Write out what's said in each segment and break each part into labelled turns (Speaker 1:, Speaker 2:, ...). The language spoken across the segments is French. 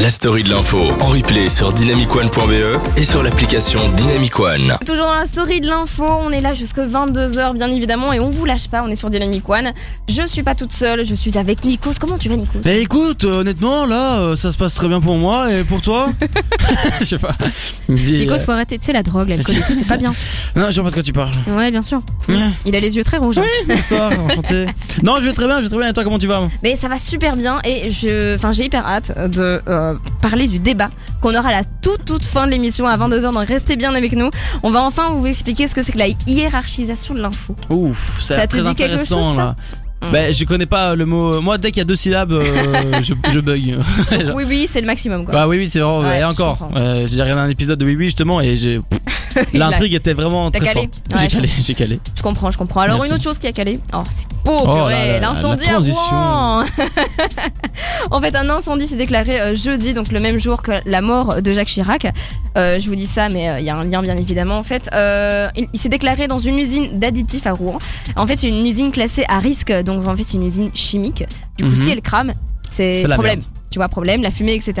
Speaker 1: la story de l'info en replay sur dynamicone.be E et sur l'application Dynamicone.
Speaker 2: Toujours dans la story de l'info, on est là jusqu'à 22h bien évidemment et on vous lâche pas, on est sur Dynamic One. Je suis pas toute seule, je suis avec Nikos. Comment tu vas Nikos
Speaker 3: Bah écoute, euh, honnêtement, là, euh, ça se passe très bien pour moi et pour toi Je sais pas. Il me dit,
Speaker 2: Nikos, faut arrêter, tu sais la drogue, l'alcool et tout, c'est pas bien.
Speaker 3: euh, Non, je vois pas de quoi tu parles.
Speaker 2: Ouais, bien sûr. Il a les yeux très rouges. hein.
Speaker 3: Bonsoir, enchanté. Non, je vais très bien, je vais très bien. Et toi, comment tu vas
Speaker 2: Mais ça va super bien et je, enfin, j'ai hyper hâte de euh, parler du débat qu'on aura à la toute toute fin de l'émission à 22h. Donc restez bien avec nous. On va enfin vous expliquer ce que c'est que la hiérarchisation de l'info.
Speaker 3: Ouf,
Speaker 2: Ça
Speaker 3: a l'air
Speaker 2: te
Speaker 3: très
Speaker 2: dit quelque
Speaker 3: intéressant
Speaker 2: chose, ça
Speaker 3: là.
Speaker 2: Mm.
Speaker 3: Bah, je connais pas le mot. Moi, dès qu'il y a deux syllabes, euh, je, je bug. Genre.
Speaker 2: Oui, oui, c'est le maximum quoi.
Speaker 3: Bah oui, oui, c'est vrai.
Speaker 2: Ouais,
Speaker 3: et
Speaker 2: je
Speaker 3: encore,
Speaker 2: comprends.
Speaker 3: euh, j'ai regardé un épisode de Oui Oui justement et j'ai- pff,
Speaker 2: Il a-
Speaker 3: l'intrigue était vraiment
Speaker 2: T'as
Speaker 3: très
Speaker 2: calé
Speaker 3: forte.
Speaker 2: Ouais,
Speaker 3: j'ai
Speaker 2: je
Speaker 3: calé, j'ai calé.
Speaker 2: Je comprends, je comprends. Alors
Speaker 3: Merci.
Speaker 2: une autre chose qui a calé. Oh, c'est beau,
Speaker 3: Oh là là,
Speaker 2: purée,
Speaker 3: la
Speaker 2: l'incendie à
Speaker 3: transition.
Speaker 2: Rouen. en fait, un incendie s'est déclaré euh, jeudi, donc le même jour que la mort de Jacques Chirac. Euh, je vous dis ça, mais euh, il y a un lien bien évidemment. En fait, euh, il, il s'est déclaré dans une usine d'additifs à Rouen. En fait, c'est une usine classée à risque, donc en fait, c'est une usine chimique. Du coup,
Speaker 3: Mhm.
Speaker 2: si elle crame, c'est
Speaker 3: C'est la
Speaker 2: problème.
Speaker 3: merde.
Speaker 2: Tu vois, problème, la fumée, etc.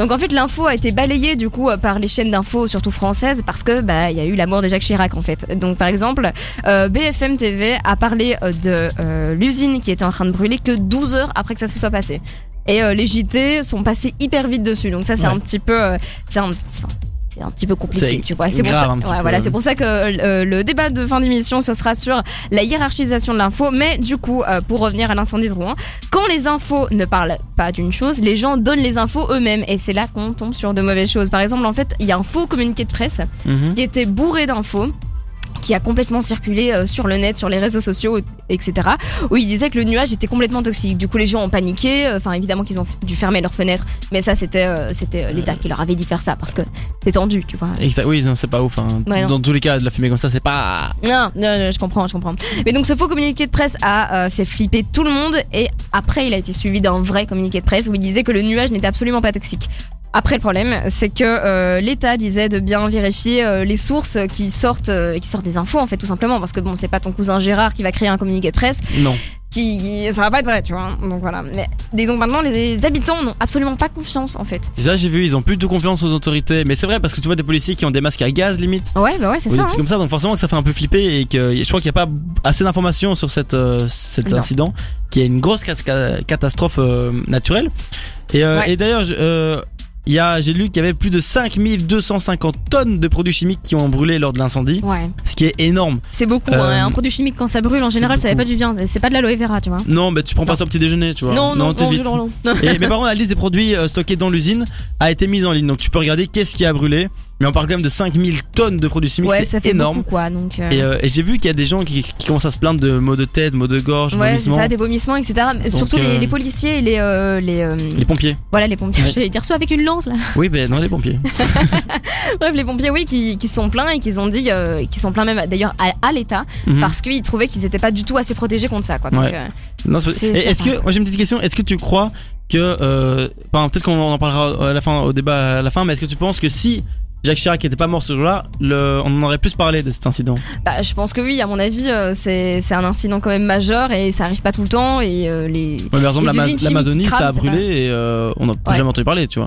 Speaker 2: Donc en fait, l'info a été balayée du coup euh, par les chaînes d'infos, surtout françaises, parce que bah il y a eu la mort de Jacques Chirac en fait. Donc par exemple, euh, BFM TV a parlé euh, de euh, l'usine qui était en train de brûler que 12 heures après que ça se soit passé. Et euh, les JT sont passés hyper vite dessus. Donc ça, c'est
Speaker 3: Ouais.
Speaker 2: un petit peu, euh, c'est un, enfin, c'est un petit peu compliqué,
Speaker 3: C'est
Speaker 2: tu vois. C'est pour
Speaker 3: grave
Speaker 2: ça,
Speaker 3: un petit
Speaker 2: ouais,
Speaker 3: peu.
Speaker 2: voilà, c'est pour ça que euh, le débat de fin d'émission ce sera sur la hiérarchisation de l'info. Mais du coup, euh, pour revenir à l'incendie de Rouen, quand les infos ne parlent pas d'une chose, les gens donnent les infos eux-mêmes, et c'est là qu'on tombe sur de mauvaises choses. Par exemple, en fait, il y a un faux communiqué de presse
Speaker 3: Mhm.
Speaker 2: qui était bourré d'infos qui a complètement circulé euh, sur le net, sur les réseaux sociaux, etc. Où il disait que le nuage était complètement toxique. Du coup, les gens ont paniqué. euh, Enfin, évidemment qu'ils ont f- dû fermer leurs fenêtres, mais ça, c'était euh, c'était euh, l'État qui leur avait dit de faire ça parce que c'est tendu, tu vois.
Speaker 3: Exact- Oui, non, c'est pas ouf. hein.
Speaker 2: Ouais, non.
Speaker 3: Dans tous les cas, de la fumée comme ça, c'est pas.
Speaker 2: Non, non, non, je comprends, je comprends. Mais donc ce faux communiqué de presse a euh, fait flipper tout le monde et après il a été suivi d'un vrai communiqué de presse où il disait que le nuage n'était absolument pas toxique. Après le problème, c'est que euh, l'État disait de bien vérifier euh, les sources qui sortent, euh, qui sortent des infos en fait tout simplement parce que bon c'est pas ton cousin Gérard qui va créer un communiqué de presse
Speaker 3: Non.
Speaker 2: qui ça va pas être vrai tu vois donc voilà. Mais et donc maintenant les habitants n'ont absolument pas confiance en fait.
Speaker 3: C'est ça, j'ai vu, ils ont plus de confiance aux autorités. Mais c'est vrai, parce que tu vois des policiers qui ont des masques à gaz limite.
Speaker 2: Ouais bah ouais c'est
Speaker 3: Ou des
Speaker 2: ça.
Speaker 3: trucs comme ça, donc forcément que ça fait un peu flipper et que je crois qu'il n'y a pas assez d'informations sur cette, euh, cet
Speaker 2: Non.
Speaker 3: incident qui est une grosse cas- ca- catastrophe euh, naturelle. Et, euh,
Speaker 2: Ouais.
Speaker 3: et d'ailleurs, je- euh, il y a- j'ai lu qu'il y avait plus de 5250 tonnes de produits chimiques qui ont brûlé lors de l'incendie,
Speaker 2: hein. Ouais.
Speaker 3: ce qui est énorme.
Speaker 2: C'est beaucoup.
Speaker 3: Euh,
Speaker 2: hein. Un produit chimique quand ça brûle en
Speaker 3: c'est
Speaker 2: général ça fait
Speaker 3: beaucoup.
Speaker 2: pas du bien. C'est pas de l'aloe vera tu vois.
Speaker 3: Non, mais tu prends pas ça au petit déjeuner, tu vois.
Speaker 2: Non, non, non,
Speaker 3: t'évites.
Speaker 2: je l'en- non.
Speaker 3: Et, mais par contre, la liste des produits euh, stockés dans l'usine a été mise en ligne. Donc tu peux regarder qu'est-ce qui a brûlé. Mais on parle quand même de 5000 tonnes de produits chimiques.
Speaker 2: Ouais, ça
Speaker 3: c'est
Speaker 2: fait
Speaker 3: énorme.
Speaker 2: beaucoup, quoi. Donc, euh,
Speaker 3: Et, euh, et j'ai vu qu'il y a des gens qui, qui commencent à se plaindre de maux de tête, maux de gorge,
Speaker 2: ouais, c'est
Speaker 3: vomissements.
Speaker 2: ça, des vomissements, etc. Mais
Speaker 3: Donc,
Speaker 2: Surtout les,
Speaker 3: euh,
Speaker 2: les policiers et les, euh, les, euh,
Speaker 3: Les pompiers.
Speaker 2: voilà les pompiers.
Speaker 3: Ouais.
Speaker 2: J'allais dire ceux avec une lance là.
Speaker 3: Oui, ben non, les pompiers.
Speaker 2: Bref, les pompiers, oui, qui, qui sont pleins et qui ont dit, euh, qui sont pleins même d'ailleurs à, à l'État
Speaker 3: Mhm.
Speaker 2: parce qu'ils trouvaient qu'ils n'étaient pas du tout assez protégés contre ça, quoi. Donc,
Speaker 3: Ouais.
Speaker 2: euh,
Speaker 3: Non, c'est-
Speaker 2: C'est
Speaker 3: Et est-ce
Speaker 2: certain.
Speaker 3: que, moi j'ai une petite question, est-ce que tu crois que, euh, enfin, peut-être qu'on en parlera à la fin, au débat à la fin, mais est-ce que tu penses que si Jacques Chirac n'était pas mort ce jour-là, le- on en aurait plus parlé de cet incident
Speaker 2: bah, je pense que oui, à mon avis, euh, c'est c'est un incident quand même majeur et ça arrive pas tout le temps et euh, les
Speaker 3: Ouais, Par exemple,
Speaker 2: Les
Speaker 3: l'Ama-
Speaker 2: usines chimiques
Speaker 3: l'Amazonie,
Speaker 2: qui
Speaker 3: ça a
Speaker 2: crament, c'est
Speaker 3: brûlé et euh, on n'a plus
Speaker 2: Ouais.
Speaker 3: jamais entendu parler, tu vois.